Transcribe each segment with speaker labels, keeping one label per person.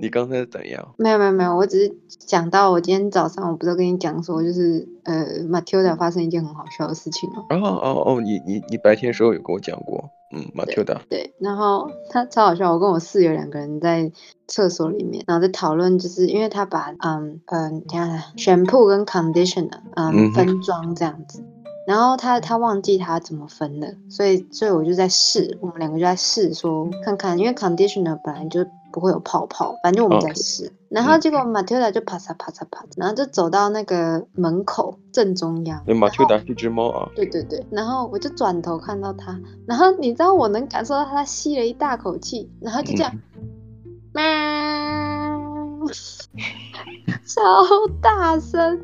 Speaker 1: 你刚才怎样？
Speaker 2: 没有没有没有，我只是讲到我今天早上，我不是跟你讲说，就是呃，Matilda 发生一件很好笑的事情吗？
Speaker 1: 哦哦哦，你你你白天时候有跟我讲过，嗯，马蒂达，
Speaker 2: 对，然后他超好笑，我跟我室友两个人在厕所里面，然后在讨论，就是因为他把嗯嗯，你看选铺跟 conditioner
Speaker 1: 嗯
Speaker 2: 嗯
Speaker 1: 哼
Speaker 2: 分装这样子，然后他他忘记他怎么分了，所以所以我就在试，我们两个就在试说看看，因为 conditioner 本来就不会有泡泡，反正我们在
Speaker 1: 哦 OK 嗯
Speaker 2: 试，然后结果 Matilda 就啪嚓啪嚓啪嚓，然后就走到那个门口正中央，
Speaker 1: 那马
Speaker 2: 然
Speaker 1: 蒂
Speaker 2: 后
Speaker 1: 达是只猫啊，
Speaker 2: 对对对，然后我就转头看到他，然后你知道我能感受到他吸了一大口气，然后就这样，喵、 超大声，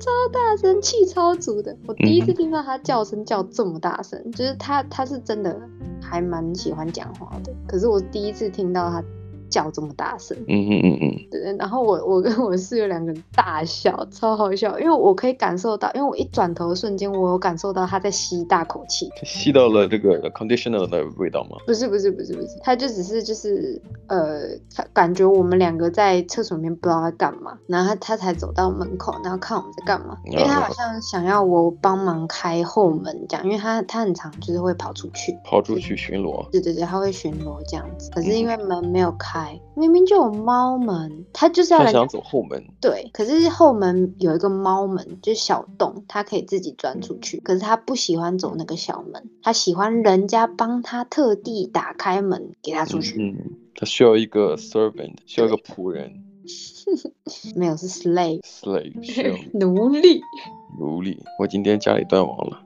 Speaker 2: 超大声，气超足的。我第一次
Speaker 1: 嗯
Speaker 2: 听到他叫声叫这么大声，就是他他是真的还蛮喜欢讲话的，可是我第一次听到他叫这么大声。
Speaker 1: 嗯嗯嗯嗯，
Speaker 2: 对，然后我我跟我室友两个人大笑，超好笑，因为我可以感受到，因为我一转头的瞬间，我有感受到他在吸一大口气。
Speaker 1: 它吸到了这个
Speaker 2: 嗯
Speaker 1: conditioner 的味道吗？
Speaker 2: 不是不是不是不是，他就只是就是呃，他感觉我们两个在厕所里面不知道在干嘛，然后他他才走到门口，然后看我们在干嘛，因为他好像想要我帮忙开后门这样，因为他他很常就是会跑出去，
Speaker 1: 跑出去巡逻，
Speaker 2: 对对对，它会巡逻这样子。可是因为门没有开，明明就有猫门，它就是要
Speaker 1: 它
Speaker 2: 来
Speaker 1: 想走后门，
Speaker 2: 对，可是后门有一个猫门，就是小洞，它可以自己钻出
Speaker 1: 嗯
Speaker 2: 去。可是它不喜欢走那个小门，它喜欢人家帮它特地打开门给它出去。
Speaker 1: 嗯，它需要一个 servant，需要一个仆 人嗯
Speaker 2: 没有，是 slave
Speaker 1: ，slave，需 要
Speaker 2: 奴隶。
Speaker 1: 奴隶。我今天家里断网了，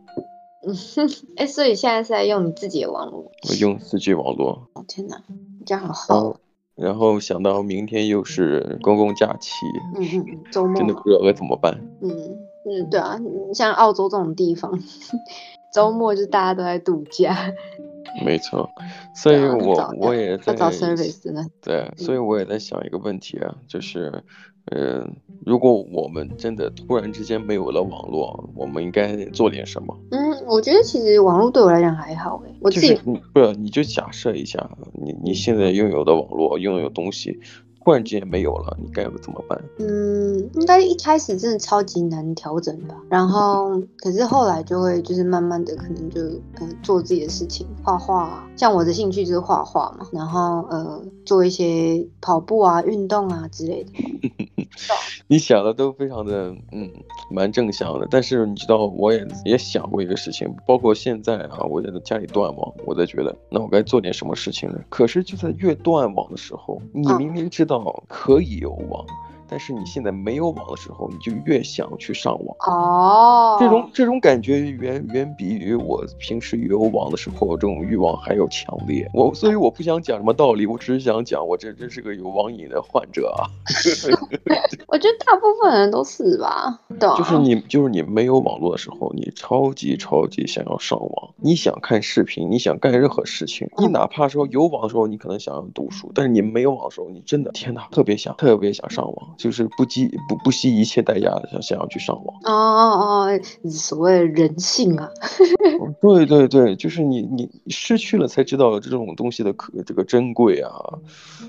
Speaker 2: 哎、所以现在是在用你自己的网络？
Speaker 1: 我用 4G 网络，
Speaker 2: 哦天哪，你这样好
Speaker 1: 然
Speaker 2: 厚
Speaker 1: 后。然后想到明天又是公共假期，
Speaker 2: 嗯嗯嗯，周末
Speaker 1: 真的
Speaker 2: 嘛
Speaker 1: 不知道该怎么办。
Speaker 2: 嗯嗯，对啊，你像澳洲这种地方， 周末就大家都在度假，
Speaker 1: 没错，所以
Speaker 2: 对啊很
Speaker 1: 我
Speaker 2: 早
Speaker 1: 我
Speaker 2: 的
Speaker 1: 也
Speaker 2: 要
Speaker 1: 在
Speaker 2: 找 service 真的
Speaker 1: 对，所以我也在想一个问题啊，就是，嗯、如果我们真的突然之间没有了网络，我们应该做点什么？
Speaker 2: 嗯，我觉得其实网络对我来讲还好诶、我
Speaker 1: 就
Speaker 2: 自己
Speaker 1: 是你不是，你就假设一下，你你现在拥有的网络拥有东西，突然之间没有了，你该怎么办？
Speaker 2: 嗯，应该一开始真的超级难调整吧，然后可是后来就会就是慢慢的可能就呃做自己的事情，画画啊，像我的兴趣就是画画嘛，然后呃做一些跑步啊、运动啊之类的。
Speaker 1: 你想的都非常的，嗯，蛮正向的。但是你知道，我也也想过一个事情，包括现在啊，我在家里断网，我在觉得，那我该做点什么事情呢？可是就在越断网的时候，你
Speaker 2: 嗯
Speaker 1: 明明知道可以有网，但是你现在没有网的时候，你就越想去上网。
Speaker 2: 哦，
Speaker 1: 这种这种感觉远远比于我平时有网的时候这种欲望还要强烈。我所以我不想讲什么道理，我只是想讲我这真是个有网瘾的患者啊。
Speaker 2: 我觉得大部分人都是吧，对啊、
Speaker 1: 就是你，就是你没有网络的时候，你超级超级想要上网，你想看视频，你想干任何事情，你
Speaker 2: 嗯
Speaker 1: 哪怕说有网的时候，你可能想要读书，但是你没有网的时候，你真的天哪，特别想，特别想上网，就是不惜不不惜一切代价地想想要去上网。
Speaker 2: 哦哦哦，所谓的人性啊，
Speaker 1: 嗯对对对，就是你你失去了才知道这种东西的可这个珍贵啊，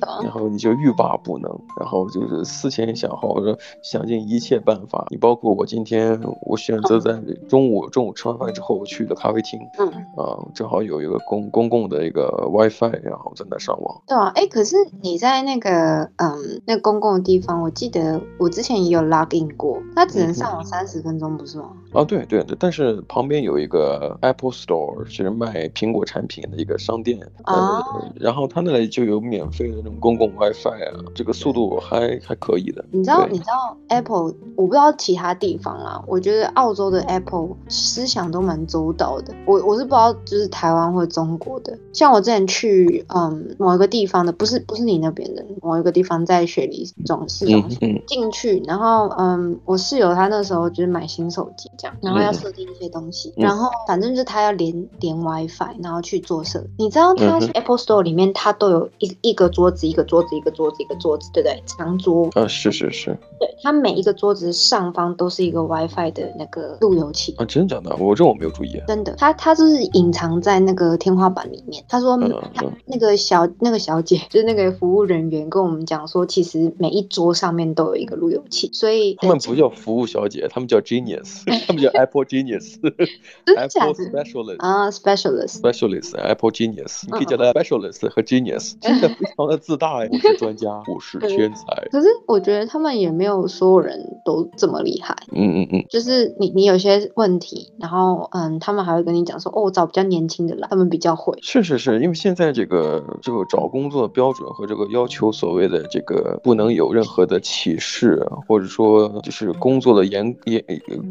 Speaker 2: 懂
Speaker 1: 然后你就欲罢不能，然后就是思前想后，说想尽一切办法。你包括我今天，我选择在中午中午吃完饭之后去的咖啡厅
Speaker 2: 嗯，
Speaker 1: 啊，正好有一个公公共的一个 WiFi，然后在那上网。
Speaker 2: 对啊，哎，可是你在那个嗯，那公共的地方，我记得我之前也有 log in 过，它只能
Speaker 1: 嗯
Speaker 2: 上网三十分钟，不是吗？
Speaker 1: 啊，对对对，但是旁边有一个 Apple Store，是卖苹果产品的一个商店，
Speaker 2: 啊
Speaker 1: 呃，然后它那里就有免费的那种公共 WiFi 啊，这个速度还还可以的。
Speaker 2: 你知道，
Speaker 1: 对
Speaker 2: 你知道 Apple，我不知道其他地方啦。我觉得澳洲的 Apple 思想都蛮周到的。我我是不知道，就是台湾或中国的。像我之前去嗯某一个地方的，不是不是你那边的，某一个地方在雪梨总市中
Speaker 1: 嗯
Speaker 2: 心，想说
Speaker 1: 嗯
Speaker 2: 进去，然后嗯，我室友他那时候就是买新手机这样，然后要
Speaker 1: 嗯
Speaker 2: 设定一些东西，
Speaker 1: 嗯
Speaker 2: 然后反正就是他要连连 WiFi，然后去做设。你知道他
Speaker 1: 嗯哼
Speaker 2: Apple Store 里面它都有一一个桌子一个桌子一个桌子一个桌子，对不对？长桌，
Speaker 1: 啊，是是是
Speaker 2: 对，它每一个桌子上方都是一个 WiFi 的那个路由器。
Speaker 1: 啊，真的假的？我这我没有注意。啊
Speaker 2: 真的，它它就是隐藏在那个天花板里面。他说，
Speaker 1: 嗯
Speaker 2: 他
Speaker 1: 嗯
Speaker 2: 那个小那个小姐，就是那个服务人员跟我们讲说，其实每一桌上面都有一个路由器，所以
Speaker 1: 他们不叫服务小姐，他们叫 genius，他们叫 Apple genius，Apple
Speaker 2: 真 的假的
Speaker 1: specialist。
Speaker 2: 啊，specialist，
Speaker 1: Specialist, Apple Genius，你可以叫
Speaker 2: 嗯
Speaker 1: 他 Specialist 和 Genius，真的非常的自大 呀！我是专家，我是天才，
Speaker 2: 可是我觉得他们也没有所有人都这么厉害，
Speaker 1: 嗯嗯嗯，
Speaker 2: 就是你你有些问题，然后嗯，他们还会跟你讲说，哦，我找比较年轻的来，他们比较会。
Speaker 1: 是是是，因为现在这个这个找工作的标准和这个要求，所谓的这个不能有任何的歧视，或者说就是工作的严严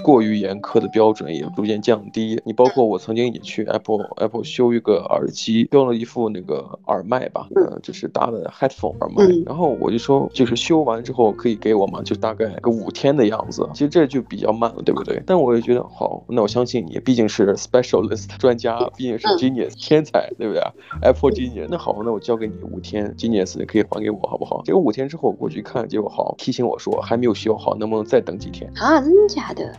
Speaker 1: 过于严苛的标准也逐渐降低。你包括我曾经也去 Apple Apple 修一个耳机，修了一副那个耳麦吧，
Speaker 2: 嗯
Speaker 1: 呃，就是大的 headphone 耳麦
Speaker 2: 嗯，
Speaker 1: 然后我就说就是修完之后可以给我吗？就大概个五天的样子，其实这就比较慢了，对不对？但我也觉得好，那我相信你，毕竟是 specialist 专家，毕竟是
Speaker 2: 嗯
Speaker 1: genius 天才，对不对啊？Apple genius，那好，那我交给你五天，genius 你可以还给我好不好？结果五天之后我过去一看，结果好提醒我说还没有修好，能不能再等几天？
Speaker 2: 啊，真的假的？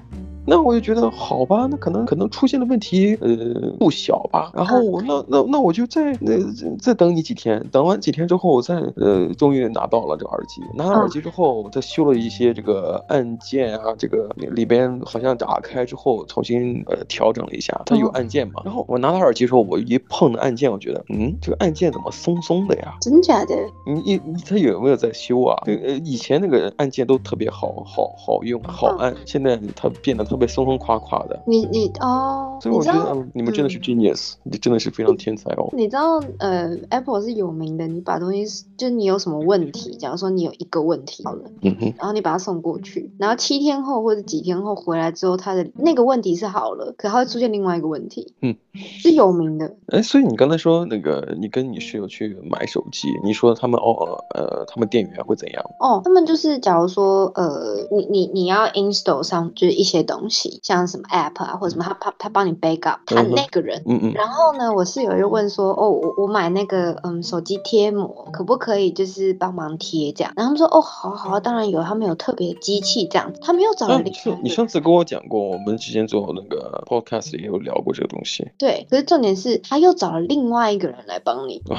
Speaker 1: 那我就觉得好吧，那可能可能出现的问题呃不小吧。然后我那那那我就再那、再等你几天，等完几天之后，我再呃终于拿到了这个耳机。拿到耳机之后，我再修了一些这个按键啊，这个里边好像打开之后重新呃调整了一下，它有
Speaker 2: 哦
Speaker 1: 按键嘛。然后我拿到耳机之后，我一碰那按键，我觉得嗯这个按键怎么松松的呀？
Speaker 2: 真假的？
Speaker 1: 你你你它有没有在修啊？对，呃，以前那个按键都特别好好好用好
Speaker 2: 嗯
Speaker 1: 按，现在它变得特别松松垮垮的。
Speaker 2: 你你哦，
Speaker 1: 所以
Speaker 2: 你
Speaker 1: 我
Speaker 2: 知
Speaker 1: 觉得
Speaker 2: 道
Speaker 1: 嗯你们真的是 genius，你真的是非常天才哦。
Speaker 2: 你知道，呃，Apple 是有名的，你把东西，就是你有什么问题，假如说你有一个问题好了，
Speaker 1: 嗯哼，
Speaker 2: 然后你把它送过去，然后七天后或者几天后回来之后，它的那个问题是好了，可它会出现另外一个问题，
Speaker 1: 嗯，
Speaker 2: 是有名的，
Speaker 1: 哎，所以你刚才说那个，你跟你室友去买手机，你说他们哦呃，他们店员会怎样？
Speaker 2: 哦，他们就是假如说，呃，你你你要 install 上就是一些东西，像什么 app 啊或者什么，他他他帮你 backup，他
Speaker 1: 嗯哼
Speaker 2: 那个人。
Speaker 1: 嗯嗯，
Speaker 2: 然后呢，我室友就问说，哦，我我买那个嗯手机贴膜，可不可以就是帮忙贴这样？然后他们说，哦，好啊好啊，当然有，他们有特别的机器这样子，他们又找了
Speaker 1: 啊，
Speaker 2: 另
Speaker 1: 你是
Speaker 2: 外一
Speaker 1: 你
Speaker 2: 个
Speaker 1: 上次跟我讲过，我们之前做那个 podcast 也有聊过这个东西。
Speaker 2: 对，可是重点是他又找了另外一个人来帮你。
Speaker 1: 哦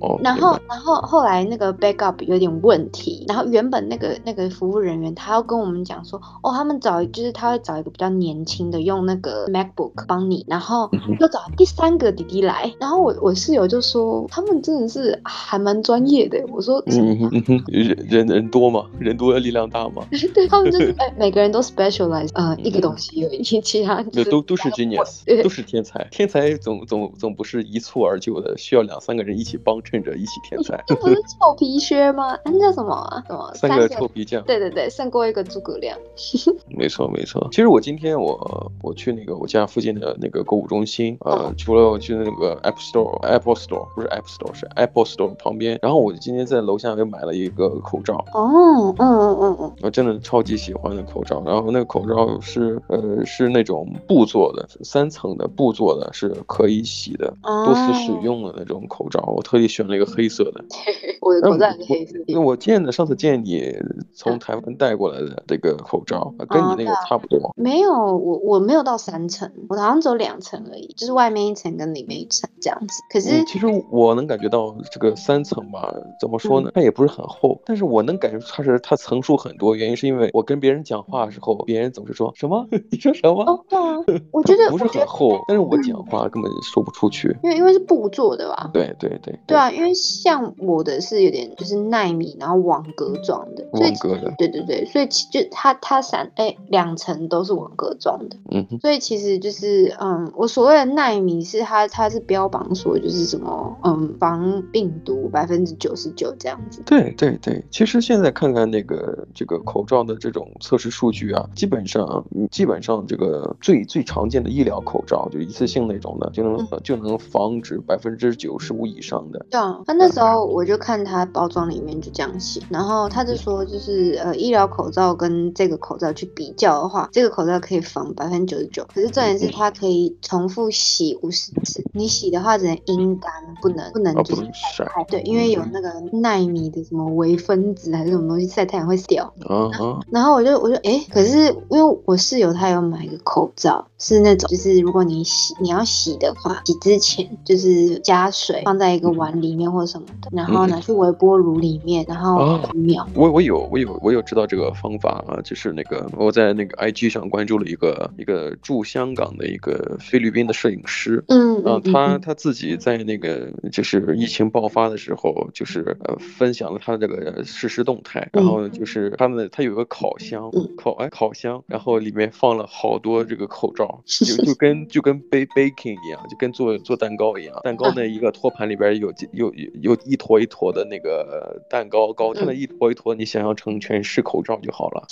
Speaker 1: 哦，
Speaker 2: 然
Speaker 1: 明
Speaker 2: 后
Speaker 1: 白，
Speaker 2: 然后后来那个 backup 有点问题，然后原本那个那个服务人员他要跟我们讲说，哦，他们找就是他会找一个比较年轻的用那个 MacBook 帮你，然后
Speaker 1: 嗯哼
Speaker 2: 又找第三个弟弟来，然后我我室友就说他们真的是还蛮专业的，我说。
Speaker 1: 嗯哼嗯哼，人人人多吗？人多力量大吗？
Speaker 2: 对他们就是哎，每个人都 specialize 呃一个
Speaker 1: 嗯
Speaker 2: 东西而已，其他就
Speaker 1: 对，
Speaker 2: 是
Speaker 1: 都都是
Speaker 2: 大家不会
Speaker 1: genius，都是天才。天才总总总不是一蹴而就的，需要两三个人一起帮衬着一起天 才。
Speaker 2: 这不是臭皮靴吗？啊那叫什么啊？什么？
Speaker 1: 三个臭皮匠，
Speaker 2: 对对对，胜过一个诸葛亮。
Speaker 1: 没错没错。其实我今天我我去那个我家附近的那个购物中心，呃
Speaker 2: 哦，
Speaker 1: 除了我去那个 App Store Apple Store 不是 App Store 是 Apple Store 旁边，然后我今天在楼下又买了一个口罩，
Speaker 2: 哦，嗯嗯嗯嗯，
Speaker 1: 我真的超级喜欢的口罩，然后那个口罩是呃是那种布做的，三层的布做的，是可以洗的，多次使
Speaker 2: 哦
Speaker 1: 用的那种口罩。我特地选了一个黑色的，
Speaker 2: 我的
Speaker 1: 那
Speaker 2: 口罩
Speaker 1: 我
Speaker 2: 也是黑色
Speaker 1: 因为我见的上次见你从台湾带过来的这个口罩，呃跟
Speaker 2: 嗯哦
Speaker 1: 你那个差不多。
Speaker 2: 没有，我我没有到三层，我好像只有两层而已，就是外面一层跟里面一层这样子。可是
Speaker 1: 嗯，其实我能感觉到这个三层吧，怎么说呢？
Speaker 2: 嗯
Speaker 1: 它也不是很厚，但是我能感觉出它是它层数很多，原因是因为我跟别人讲话的时候，别人总是说什么 你说什么，
Speaker 2: 哦，对啊，我觉 得
Speaker 1: 不是
Speaker 2: 我
Speaker 1: 很
Speaker 2: 觉得，嗯
Speaker 1: 厚，但是我讲话根本说不出去。
Speaker 2: 因为因为是布做的吧。
Speaker 1: 对对嗯对
Speaker 2: 对，啊，因为像我的是有点就是纳米，然后网格状的，所以
Speaker 1: 网格的
Speaker 2: 对对对，所以其就它它三哎两层都是网格状的，
Speaker 1: 嗯哼，
Speaker 2: 所以其实就是，嗯，我所谓的纳米是它，它是标榜说就是什么，嗯，防病毒百分之九十九这样子。
Speaker 1: 对对对。其实现在看看那个这个口罩的这种测试数据啊，基本上嗯基本上这个最最常见的医疗口罩，就一次性那种的，就能、
Speaker 2: 嗯
Speaker 1: 就能防止百分之九十五以上的。
Speaker 2: 对啊，他那时候我就看他包装里面就这样写，然后他就说就是呃医疗口罩跟这个口罩去比较的话，这个口罩可以防百分之九十九，可是重点是它可以重复洗五十次，你洗的话只能阴干，不能不能
Speaker 1: 啊，
Speaker 2: 嗯就
Speaker 1: 不
Speaker 2: 是
Speaker 1: 是晒
Speaker 2: 晒。对，因为有那个纳米的什么微分子还是什么东西，晒太阳会掉。
Speaker 1: 啊啊！
Speaker 2: 然后我就我就诶，
Speaker 1: 嗯
Speaker 2: 可是因为我室友他有买一个口罩，是那种就是如果你洗你要洗的话，洗之前就是加水放在一个碗里面或什么的，然后拿去微波炉里面，然后
Speaker 1: 嗯哦
Speaker 2: 秒。
Speaker 1: 我我有我有我有知道这个方法啊，就是那个我在那个 IG 上关注了一个一个驻香港的一个菲律宾的摄影师，
Speaker 2: 嗯
Speaker 1: 啊，
Speaker 2: 嗯嗯
Speaker 1: 他
Speaker 2: 嗯
Speaker 1: 他自己在那个就是疫情爆发的时候，就是呃分享了他这个实时动态，然后就是他们他有个烤箱
Speaker 2: 嗯
Speaker 1: 烤哎烤箱，然后里面放了好多这个口 罩，就就跟就跟 b baking 一样，就跟做做蛋糕一样，蛋
Speaker 2: 啊
Speaker 1: 糕那一个托盘里边有几有有有一坨一坨的那个蛋糕糕，
Speaker 2: 嗯
Speaker 1: 它那一坨一坨你想象成全是口罩就好 了，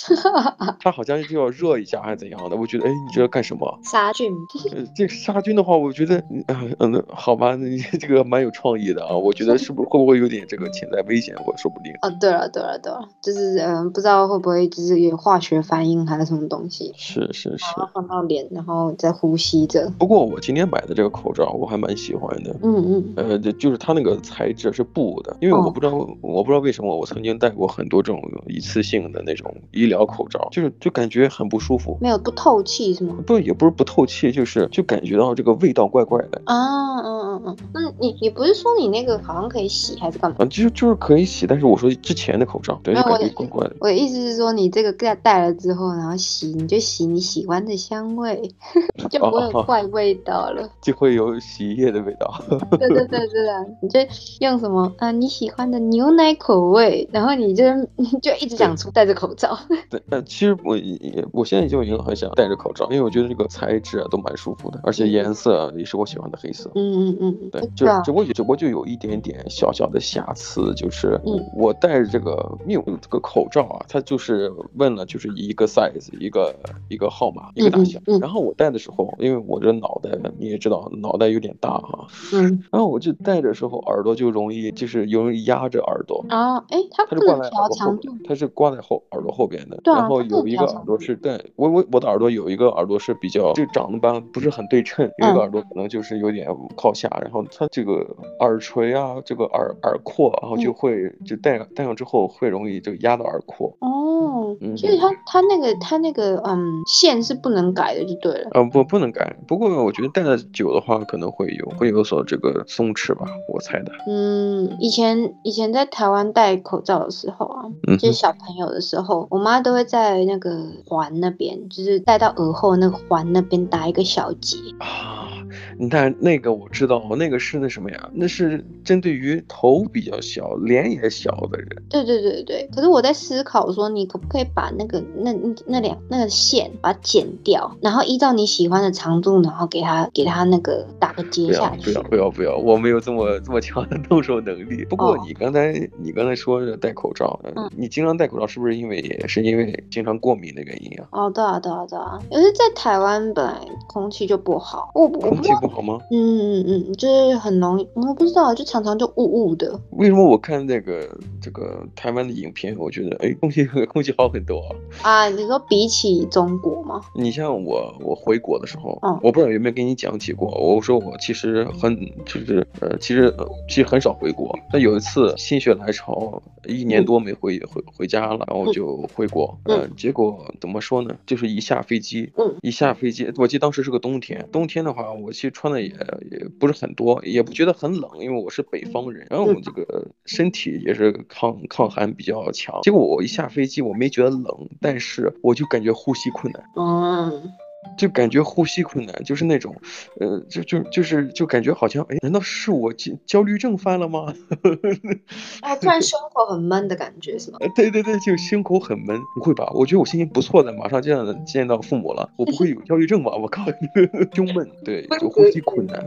Speaker 1: 他好像就要热一下还是怎样的，我觉得哎你这要干什么？
Speaker 2: 杀菌
Speaker 1: 呃，这个杀菌的话，我觉得，嗯呃嗯，那好吧，那你这个蛮有创意的啊。我觉得是不是会不会有点这个潜在危险，我说不定。
Speaker 2: 哦，对了对了对了，就是嗯，不知道会不会就是有化学反应还是什么东西，
Speaker 1: 是是是。
Speaker 2: 然后放到脸，然后再呼吸着。
Speaker 1: 不过我今天买的这个口罩，我还蛮喜欢的。
Speaker 2: 嗯嗯
Speaker 1: 呃，就就是它那个材质是布的，因为我
Speaker 2: 哦
Speaker 1: 不知道，我不知道为什么我曾经戴过很多这种一次性的那种医疗口罩，就是就感觉很不舒服。
Speaker 2: 没有不透气是吗？
Speaker 1: 不，也不是不透气，就是就感觉到这个味道怪怪的。
Speaker 2: 啊，嗯嗯嗯，那你你不是说你那个好像可以洗还是干嘛？
Speaker 1: 啊，就就是可以洗，但是我说之前的口罩，对，就
Speaker 2: 那我
Speaker 1: 感觉
Speaker 2: 也
Speaker 1: 怪怪的。
Speaker 2: 我的意思是说，你这个戴戴了之后，然后洗，你就洗你喜欢的香味， 就不会有
Speaker 1: 哦
Speaker 2: 怪味道了。
Speaker 1: 就会有洗衣液的味道。
Speaker 2: 对对对对对，你就用什么啊、你喜欢的牛奶口味，然后你就 你就一直想出戴着口罩。
Speaker 1: 对，但其实我也我现在就已经很想戴着口罩，因为我觉得这个材质啊都蛮舒服的，而且颜色啊也是我喜欢的黑色。
Speaker 2: 嗯嗯嗯
Speaker 1: 对
Speaker 2: 嗯，，
Speaker 1: 就
Speaker 2: 对啊
Speaker 1: 只不过只不过就有一点点小小的瑕疵，就是
Speaker 2: 嗯
Speaker 1: 我戴着这个，因为我这个口罩啊，它就是问了就是一个 size，一个一个号码，一个大小
Speaker 2: 嗯嗯。嗯
Speaker 1: 然后我戴的时候，因为我这脑袋你也知道，脑袋有点大哈、
Speaker 2: 嗯
Speaker 1: 然后我就戴着时候耳朵就容易就是容易压着耳朵，
Speaker 2: 啊，哎，它
Speaker 1: 它
Speaker 2: 不
Speaker 1: 是挂
Speaker 2: 能
Speaker 1: 在耳
Speaker 2: 调
Speaker 1: 朵后嗯
Speaker 2: 长
Speaker 1: 边
Speaker 2: 度，
Speaker 1: 它是挂在后耳朵后边的。
Speaker 2: 对啊
Speaker 1: 然后
Speaker 2: 它不能
Speaker 1: 有一个
Speaker 2: 调
Speaker 1: 耳朵
Speaker 2: 长
Speaker 1: 是对我我我的耳朵有一个耳朵是比较就长得吧不是很对称，有一
Speaker 2: 嗯
Speaker 1: 个耳朵可能就是有点靠下，然后它这个耳垂啊，这个耳耳廓，然后就
Speaker 2: 嗯
Speaker 1: 会就戴戴上之后会容易就压到耳廓。
Speaker 2: 哦，
Speaker 1: 嗯
Speaker 2: 所以它它那个它那个嗯线是不能改的，就对了。
Speaker 1: 呃，不不能改，不过我觉得戴的久的话可能会有会有所这个松弛吧，我猜的。
Speaker 2: 嗯，以前以前在台湾戴口罩的时候啊，
Speaker 1: 嗯
Speaker 2: 就是
Speaker 1: 哼，
Speaker 2: 小朋友的时候，我妈都会在那个环那边，就是戴到耳后那个环那边打一个小结。
Speaker 1: 啊，那那个我知道，那个是那什么呀？那是针对于头比较小、脸也小的人。
Speaker 2: 对对对对。可是我在思考说，你可不可以把那个那那那两那个线把它剪掉，然后依照你喜欢的长度，然后给它给它那个打个结
Speaker 1: 不要
Speaker 2: 下
Speaker 1: 不
Speaker 2: 去
Speaker 1: 要。不要不要，我没有这么这么强的动手能力。不过
Speaker 2: 哦
Speaker 1: 你刚才、你刚才说的戴口罩，呃
Speaker 2: 嗯
Speaker 1: 你经常戴口罩是不是因为也是因为经常过敏的原因啊？
Speaker 2: 哦，对啊，对啊，对啊，尤其在台湾本来空气就不好，我不我
Speaker 1: 空
Speaker 2: 不知
Speaker 1: 气
Speaker 2: 道，
Speaker 1: 不好吗？
Speaker 2: 嗯嗯嗯，就是很容易，我不知道，就常常就雾雾的，
Speaker 1: 为什么我看那个这个台湾的影片，我觉得哎空气空气好很多啊。
Speaker 2: 啊，你说比起中国吗？
Speaker 1: 你像我我回国的时候，
Speaker 2: 嗯
Speaker 1: 我不知道有没有跟你讲起过，我说我其实很就是呃其实呃其实很少回国，但有一次心血来潮，一年
Speaker 2: 嗯
Speaker 1: 多没回回回家了，然后就回国，
Speaker 2: 嗯
Speaker 1: 呃结果怎么说呢，就是一下飞机，
Speaker 2: 嗯
Speaker 1: 一下飞机，我记得当时是个冬天，冬天的话，我其实穿的也也不是很多，也不觉得很冷，因为我是北方人，然后我
Speaker 2: 嗯
Speaker 1: 这个身体也是抗抗寒比较强。结果我一下飞机，我没觉得冷，但是我就感觉呼吸困难，
Speaker 2: 嗯，
Speaker 1: 就感觉呼吸困难，就是那种，呃，就就就是就感觉好像，哎，难道是我焦焦虑症犯了吗？
Speaker 2: 啊，突然胸口很闷的感觉 是吗？
Speaker 1: 呃对对对，就胸口很闷，不会吧？我觉得我心情不错的，马上见到见到父母了，我不会有焦虑症吧？我靠， 胸闷，对，就呼吸困难。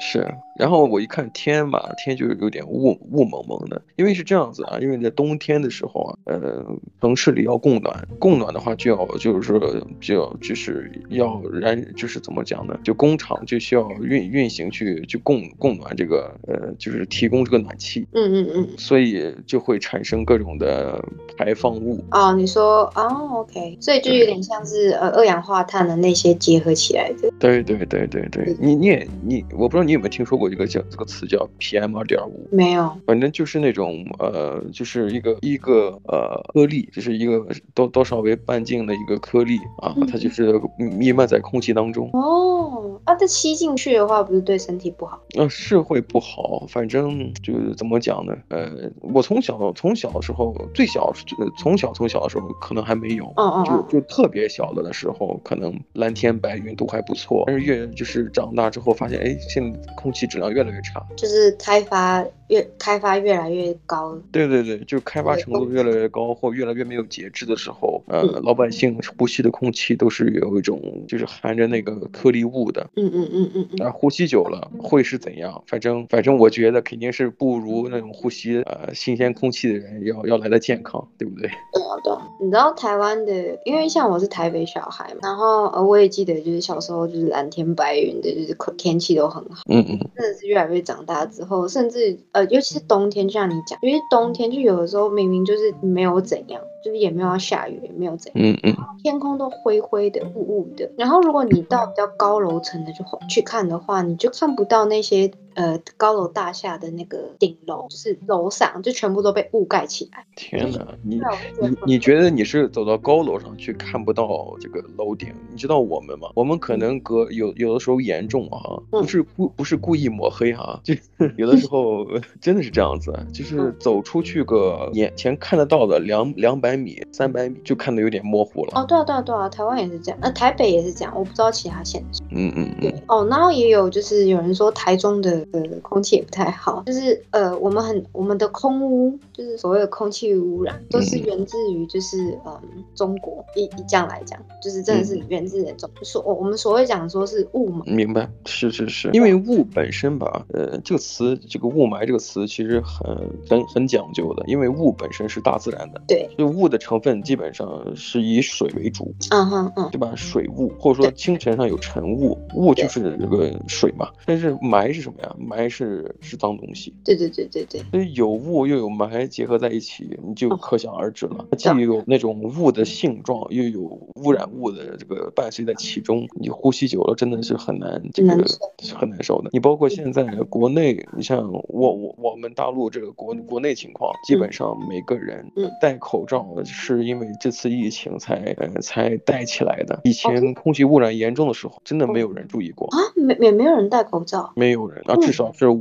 Speaker 1: 是，然后我一看天嘛，天就是有点雾雾蒙蒙的，因为是这样子啊，因为在冬天的时候啊，呃，城市里要供暖，供暖的话就要就是说就要就是要燃，就是怎么讲呢？就工厂就需要运运行去去供供暖这个呃，就是提供这个暖气，
Speaker 2: 嗯嗯嗯，
Speaker 1: 所以就会产生各种的排放物。
Speaker 2: 哦，你说哦，OK，所以就有点像是呃二氧化碳的那些结合起来的。
Speaker 1: 对对对对对，你你也你，我不知道你有没有听说过一个叫这个词叫 PM 二点五，
Speaker 2: 没有，
Speaker 1: 反正就是那种呃，就是一个一个呃颗粒，就是一个多多少为半径的一个颗粒啊
Speaker 2: 嗯，
Speaker 1: 它就是弥漫在空气当中。
Speaker 2: 哦，啊，这吸进去的话，不是对身体不好？
Speaker 1: 呃，是会不好，反正就是怎么讲呢？呃，我从小从小的时候，最小呃从小从小的时候可能还没有，
Speaker 2: 嗯嗯
Speaker 1: 就
Speaker 2: 嗯，
Speaker 1: 就特别小的的时候，可能蓝天白云都还不错，但是越就是长大之后发现，哎，现在空气质量越来越差。
Speaker 2: 就是开发越开发越来越高。
Speaker 1: 对对对，就开发
Speaker 2: 对
Speaker 1: 程度
Speaker 2: 空
Speaker 1: 越来越高或越来越没有节制的时候，呃，
Speaker 2: 嗯
Speaker 1: 老百姓呼吸的空气都是有一种就是含着那个颗粒物的，
Speaker 2: 嗯嗯嗯嗯嗯，
Speaker 1: 啊，呼吸久了会是怎样？反正反正，我觉得肯定是不如那种呼吸呃新鲜空气的人要要来的健康，对不对？
Speaker 2: 对啊对啊。你知道台湾的，因为像我是台北小孩嘛，然后呃我也记得就是小时候就是蓝天白云的，就是空天气都很好。
Speaker 1: 嗯嗯，
Speaker 2: 真的是越来越长大之后，甚至呃，尤其是冬天，就像你讲，因为冬天就有的时候明明就是没有怎样，就是也没有要下雨，也没有怎样，
Speaker 1: 嗯嗯，
Speaker 2: 天空都灰灰的、雾雾的。然后如果你到比较高楼层的去去看的话，你就看不到那些呃高楼大厦的那个顶楼，就是楼上就全部都被雾盖起来。
Speaker 1: 天哪，你
Speaker 2: 那我就
Speaker 1: 你你觉得你是走到高楼上去看不到这个楼顶？你知道我们吗？我们可能隔有有的时候严重啊，
Speaker 2: 嗯
Speaker 1: 不是故不是故意抹黑啊，就是 有的时候呃真的是这样子，就是
Speaker 2: 嗯
Speaker 1: 走出去个眼前看得到的两两百米、三百米就看得有点模糊了。
Speaker 2: 哦，对啊，对啊，对啊，台湾也是这样，那、台北也是这样，我不知道其他县市。
Speaker 1: 嗯嗯嗯
Speaker 2: 对。哦，然后也有就是有人说台中的呃空气也不太好，就是呃我们很我们的空污，就是所谓的空气污染，都是
Speaker 1: 嗯
Speaker 2: 源自于就是嗯、中国一一这样来讲，就是真的是
Speaker 1: 嗯
Speaker 2: 源自于中所、我我们所谓讲说是雾嘛，
Speaker 1: 明白，是是是，因为雾本身吧，呃，这个词，这个雾霾这个词其实很很很讲究的，因为雾本身是大自然的，
Speaker 2: 对，
Speaker 1: 就雾的成分基本上是以水为主，
Speaker 2: 嗯哼嗯，
Speaker 1: 对吧？水雾或者说
Speaker 2: 对
Speaker 1: 清晨上有晨雾，雾就是这个水嘛，但是霾是什么呀？霾是是脏东西，
Speaker 2: 对对对对对，啊
Speaker 1: 所以有雾又有霾结合在一起，你就
Speaker 2: 哦
Speaker 1: 可想而知了。既
Speaker 2: 这样嗯
Speaker 1: 有那种雾的性状，又有污染物的这个伴随在其中，你呼吸久了真的是很难这
Speaker 2: 嗯难
Speaker 1: 个
Speaker 2: 受
Speaker 1: 是很难受的。你包括现在国内，你像我我我们大陆这个国国内情况，基本上每个人
Speaker 2: 嗯
Speaker 1: 戴口罩是因为这次疫情才呃才戴起来的。以
Speaker 2: 哦真哦
Speaker 1: 前空气污染严重的时候，真的没有人注意过。
Speaker 2: 啊没也没有人戴口罩，
Speaker 1: 没有人啊，
Speaker 2: 嗯
Speaker 1: 至少是我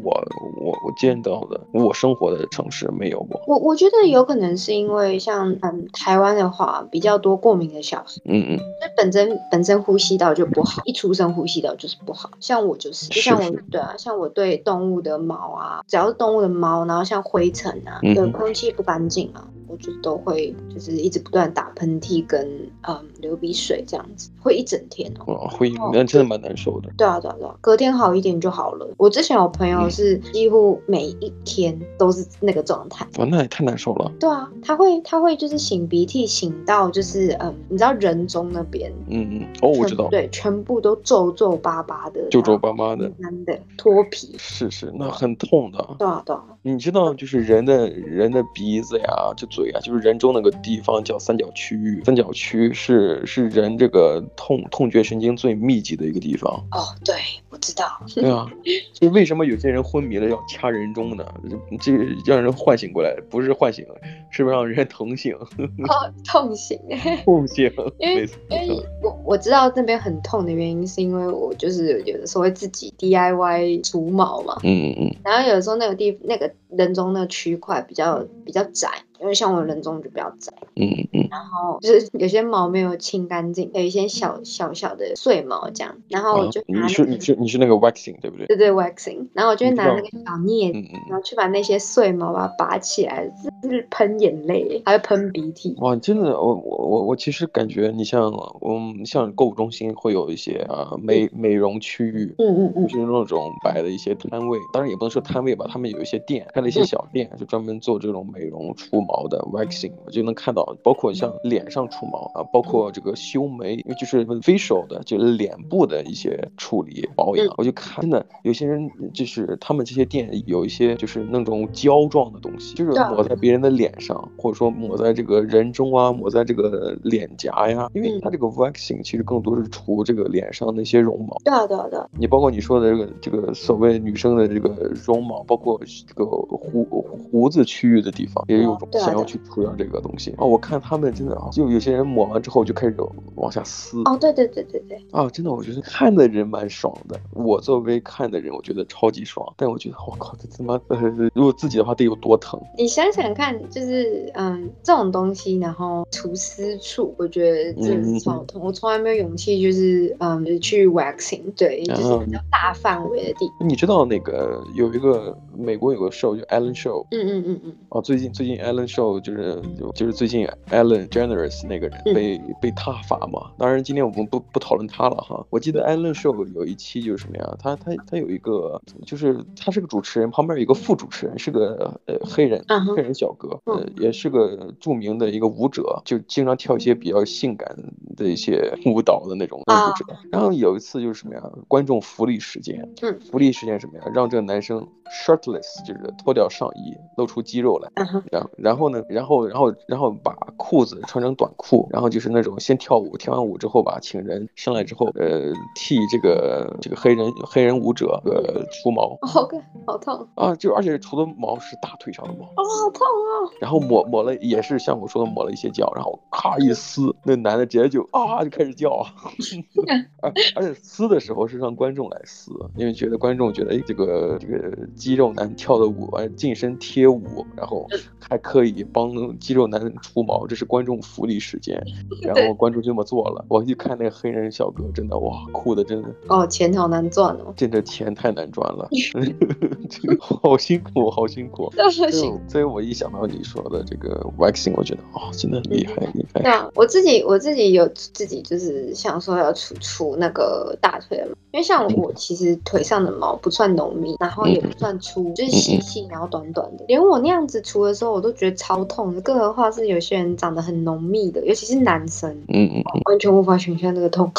Speaker 1: 我我见到的，我生活的城市没有过。
Speaker 2: 我我觉得有可能是因为像嗯台湾的话比较多过敏的小孩，
Speaker 1: 嗯嗯，
Speaker 2: 就本身本身呼吸道就不好，一出生呼吸道就是不好。像我就是，就是像我
Speaker 1: 是
Speaker 2: 对啊，像我对动物的毛啊，只要是动物的毛，然后像灰尘啊，
Speaker 1: 嗯
Speaker 2: 对空气不干净啊，我就都会就是一直不断打喷嚏跟嗯流鼻水这样子，会一整天哦。
Speaker 1: 啊，会
Speaker 2: 哦
Speaker 1: 那真的蛮难受的。
Speaker 2: 对啊，对啊，对啊，隔天好一点就好了。我之前有朋友
Speaker 1: 嗯
Speaker 2: 是几乎每一天都是那个状态。
Speaker 1: 哇，那也太难受了。
Speaker 2: 对啊，他会他会就是擤鼻涕，擤到就是嗯，你知道人中那边，
Speaker 1: 嗯嗯，哦，我知道，
Speaker 2: 对，全部都皱皱巴巴的，
Speaker 1: 就皱巴巴的
Speaker 2: 然后，干的脱皮，
Speaker 1: 是是，那很痛的。
Speaker 2: 对啊对啊，
Speaker 1: 你知道，就是人的人的鼻子呀，这嘴啊，就是人中那个地方叫三角区域，三角区是是人这个痛痛觉神经最密集的一个地 方。
Speaker 2: 哦，对，我知道，
Speaker 1: 对啊，就为什么有些人昏迷了要掐人中呢？这个让人唤醒过来，不是唤醒，是不是让人 疼 醒、
Speaker 2: 哦，痛醒，
Speaker 1: 痛醒？
Speaker 2: 因
Speaker 1: 没
Speaker 2: 为
Speaker 1: 错，
Speaker 2: 因为我我知道那边很痛的原因，是因为我就是有的时候会自己 DIY 除毛嘛，
Speaker 1: 嗯嗯嗯，
Speaker 2: 然后有的时候那个地那个人中那个区块比较比较窄，因为像我人中就比较窄，
Speaker 1: 嗯嗯
Speaker 2: 然后就是有些毛没有清干净，有一些小小小的碎毛这样，然
Speaker 1: 嗯，
Speaker 2: 后我
Speaker 1: 啊
Speaker 2: 就拿
Speaker 1: 你
Speaker 2: 那
Speaker 1: 是
Speaker 2: 个、
Speaker 1: 你是你是那个 waxing 对不对？
Speaker 2: 对对 waxing，然后我就会
Speaker 1: 你知
Speaker 2: 拿
Speaker 1: 道
Speaker 2: 那个小镊子。
Speaker 1: 嗯嗯。
Speaker 2: 然后去把那些碎毛把它拔起来，就是喷眼泪，还会喷鼻涕。
Speaker 1: 哇，真的，我我我我其实感觉你像，嗯，像购物中心会有一些啊美美容区域，
Speaker 2: 嗯
Speaker 1: 就
Speaker 2: 嗯嗯，
Speaker 1: 是那种摆的一些摊位，当然也不能说摊位吧，他们有一些店，开了一些
Speaker 2: 嗯
Speaker 1: 小店，就专门做这种美容除毛毛的 waxing，我就能看到，包括像脸上除毛啊，包括这个修眉，因为就是 facial 的，就脸部的一些处理保养
Speaker 2: 嗯，
Speaker 1: 我就看真的有些人就是他们这些店有一些就是那种胶状的东西，就是
Speaker 2: 对啊
Speaker 1: 抹在别人的脸上，或者说抹在这个人中啊，抹在这个脸颊呀，因为
Speaker 2: 嗯
Speaker 1: 它这个 waxing 其实更多是除这个脸上那些绒毛。
Speaker 2: 对啊对啊对啊，
Speaker 1: 你包括你说的这个这个所谓女生的这个绒毛，包括这个胡胡子区域的地方，也有种
Speaker 2: 对啊
Speaker 1: 想要
Speaker 2: 对啊
Speaker 1: 去除掉这个东西啊、我看他们真的啊，就有些人抹完之后就开始往下撕
Speaker 2: 哦对对对对对，
Speaker 1: 啊，真的，我觉得看的人蛮爽的。我作为看的人，我觉得超级爽，但我觉得我靠，这他妈呃，如果自己的话得有多疼？
Speaker 2: 你想想看，就是嗯这种东西，然后除私处，我觉得真的是超痛，我从来没有勇气就是嗯就是去 waxing，对，就是比较大范围的地，
Speaker 1: 你知道那个有一个美国有个 show 叫 Ellen Show，
Speaker 2: 嗯嗯嗯嗯，
Speaker 1: 哦，最近最近 Ellen Show 就是就就是最近 Ellen DeGeneres 那个人
Speaker 2: 嗯
Speaker 1: 被、被踏伐嘛。当然，今天我们不不讨论他了哈。我记得 Ellen Show 有一期就是什么呀？他他他有一个就是他是个主持人，旁边有一个副主持人，是个呃黑人。
Speaker 2: 嗯哼
Speaker 1: 黑人小哥，
Speaker 2: 嗯
Speaker 1: 呃，也是个著名的一个舞者，就经常跳一些比较性感的一些舞蹈的那种
Speaker 2: 啊
Speaker 1: 舞者。然后有一次就是什么呀，观众福利时间，
Speaker 2: 嗯
Speaker 1: 福利时间是什么呀，让这个男生 shirtless，就是脱掉上衣，露出肌肉来，
Speaker 2: 嗯哼，
Speaker 1: 然然后呢，然后然后然后把裤子穿成短裤，然后就是那种先跳舞，跳完舞之后吧，请人上来之后，呃，替这个这个黑人黑人舞者呃除毛
Speaker 2: 哦，OK，好痛，
Speaker 1: 啊，就而且除的毛是大腿上的毛，
Speaker 2: 哦好痛哦，
Speaker 1: 然后抹抹了也是像我说的抹了一些胶，然后咔一撕，那男的直接就啊就开始叫，而而且撕的时候是让观众来撕，因为觉得观众觉得哎这个这个肌肉男跳的舞，哎近身贴舞，然后还可以帮肌肉男除毛，这是观众福利时间，然后观众就这么做了。我一看那个黑人小哥，真的哇哭的真的
Speaker 2: 哦钱好难赚哦，
Speaker 1: 真的钱太难赚了， 这个好辛苦好辛苦。
Speaker 2: 那不
Speaker 1: 所以
Speaker 2: 行。
Speaker 1: 我，所以我一想到你说的这个 waxing，我觉得哦，真的很厉害厉害。
Speaker 2: 对啊，我自己我自己有自己就是想说要除除那个大腿的毛，因为像我其实腿上的毛不算浓密，然后也不算粗，就是细细然后短短的。连我那样子除的时候，我都觉得超痛的，更何况是有些人长得很浓密的，尤其是男生，
Speaker 1: 嗯嗯，
Speaker 2: 完全无法想象那个痛。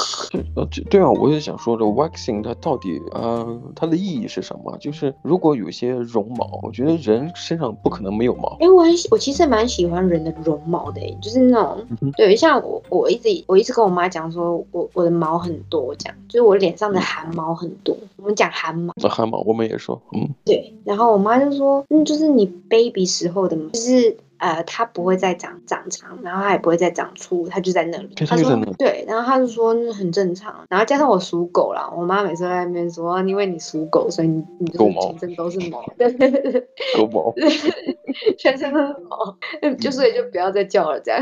Speaker 1: 呃，这对啊，我也想说，这 waxing 它到底呃它的意义是什么？就是如果有些绒毛，我觉得人身上不可能没有毛。
Speaker 2: 因为我很喜我其实蛮喜欢人的绒毛的、欸就是那种
Speaker 1: 嗯哼
Speaker 2: 对，像我我一直我一直跟我妈讲说，我我的毛很多，这样就是我脸上
Speaker 1: 嗯
Speaker 2: 的汗毛很多，我们讲汗毛。
Speaker 1: 那汗毛，我们也说， 嗯，
Speaker 2: 对，然后我妈就说，嗯，就是你 baby 时候的嘛，就是呃，它不会再长长长，然后它也不会再长粗，它就在那里。
Speaker 1: 对它
Speaker 2: 她
Speaker 1: 就
Speaker 2: 说
Speaker 1: 在那里
Speaker 2: 对，然后她就说嗯很正常，然后加上我属狗啦，我妈每次都在那边说，啊因为你属狗，所以你你就
Speaker 1: 狗
Speaker 2: 是
Speaker 1: 毛
Speaker 2: 全身都是毛， 对对对对，
Speaker 1: 狗 毛。
Speaker 2: 全身都是毛，嗯就所以就不要再叫了这 样。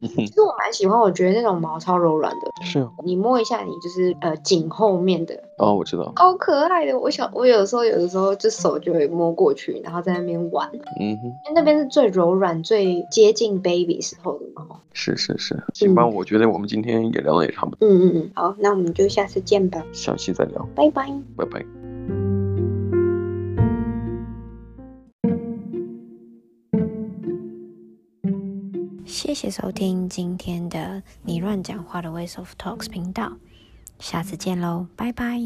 Speaker 1: 嗯
Speaker 2: 其实我蛮喜欢，我觉得那种毛超柔软的，
Speaker 1: 是啊，
Speaker 2: 你摸一下你就是呃颈后面的
Speaker 1: 啊，我知道，
Speaker 2: 好可爱的。我想，我有时候有的时候就手就会摸过去，然后在那边玩，因
Speaker 1: 嗯哼，
Speaker 2: 为那边是最柔软、最接近 baby 时候的毛。
Speaker 1: 是是是，行
Speaker 2: 嗯
Speaker 1: 吧，我觉得我们今天也聊的也差不多，
Speaker 2: 嗯嗯嗯，好，那我们就下次见吧，
Speaker 1: 下期再聊，
Speaker 2: 拜拜。
Speaker 1: 拜拜。
Speaker 3: 谢谢收听今天的你乱讲话的 Ways of Talks 频道，下次见喽，拜拜。